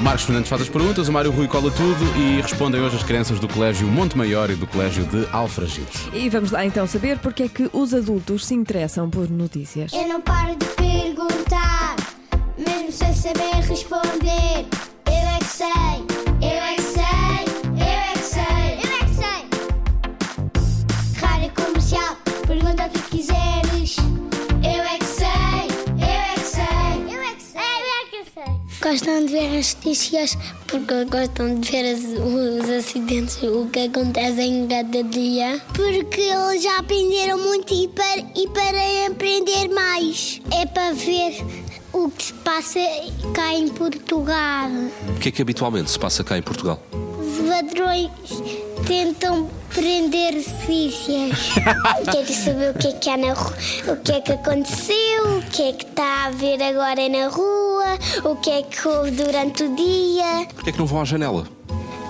Marcos Fernandes faz as perguntas, o Mário Rui cola tudo e respondem hoje as crianças do Colégio Monte Maior e do Colégio de Alfragite. E vamos lá então saber porque é que os adultos se interessam por notícias. Eu não paro de perguntar, mesmo sem saber responder. Eu é que sei, eu é que sei, eu é que sei, eu é que sei. Rádio comercial, pergunta o que quiseres. Eu é que sei, eu é que sei, eu é que sei, eu é que sei. Gostam de ver as notícias porque gostam de ver as- os acidentes, o que acontece em cada dia. Porque eles já aprenderam muito e para, e para aprender mais. É para ver o que se passa cá em Portugal. O que é que habitualmente se passa cá em Portugal? Os ladrões tentam prender vícias. Quero saber o que é que há na rua, o que é que aconteceu, o que é que está a ver agora na rua, o que é que houve durante o dia. Porquê é que não vão à janela?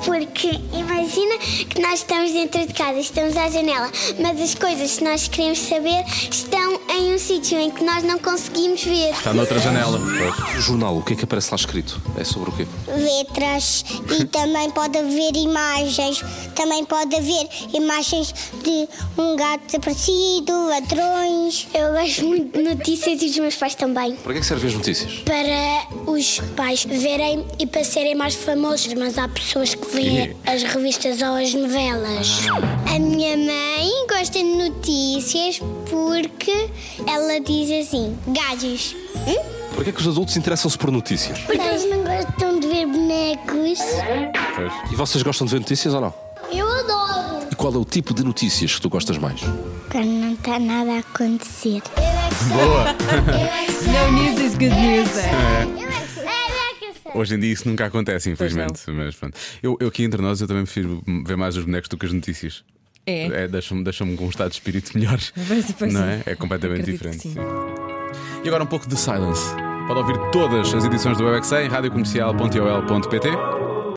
Porque imagina que nós estamos dentro de casa, estamos à janela, mas as coisas que nós queremos saber estão em um sítio em que nós não conseguimos ver. Está noutra janela. No jornal, o que é que aparece lá escrito? É sobre o quê? Letras e também pode haver imagens, também pode haver imagens de um gato desaparecido, ladrões. Eu gosto muito de notícias e os meus pais também. Para que é que servem as notícias? para os pais verem e para serem mais famosos, mas há pessoas que veem as revistas ou as novelas. A minha mãe gosta de notícias porque ela diz assim: gajos. Para que é que os adultos interessam-se por notícias? Porque eles não gostam de ver bonecos. E vocês gostam de ver notícias ou não? Eu adoro. E qual é o tipo de notícias que tu gostas mais? Quando não está nada a acontecer. Boa! No news is good news. é? Hoje em dia isso nunca acontece, infelizmente. Mas pronto. Eu, eu aqui entre nós eu também prefiro ver mais os bonecos do que as notícias. É. É, deixam-me deixam com um estado de espírito melhor. Pois- pois não é. é? É completamente Acredito que diferente. sim. E agora um pouco de silence. Pode ouvir todas as edições do WebXA em radiocomercial.ol.pt.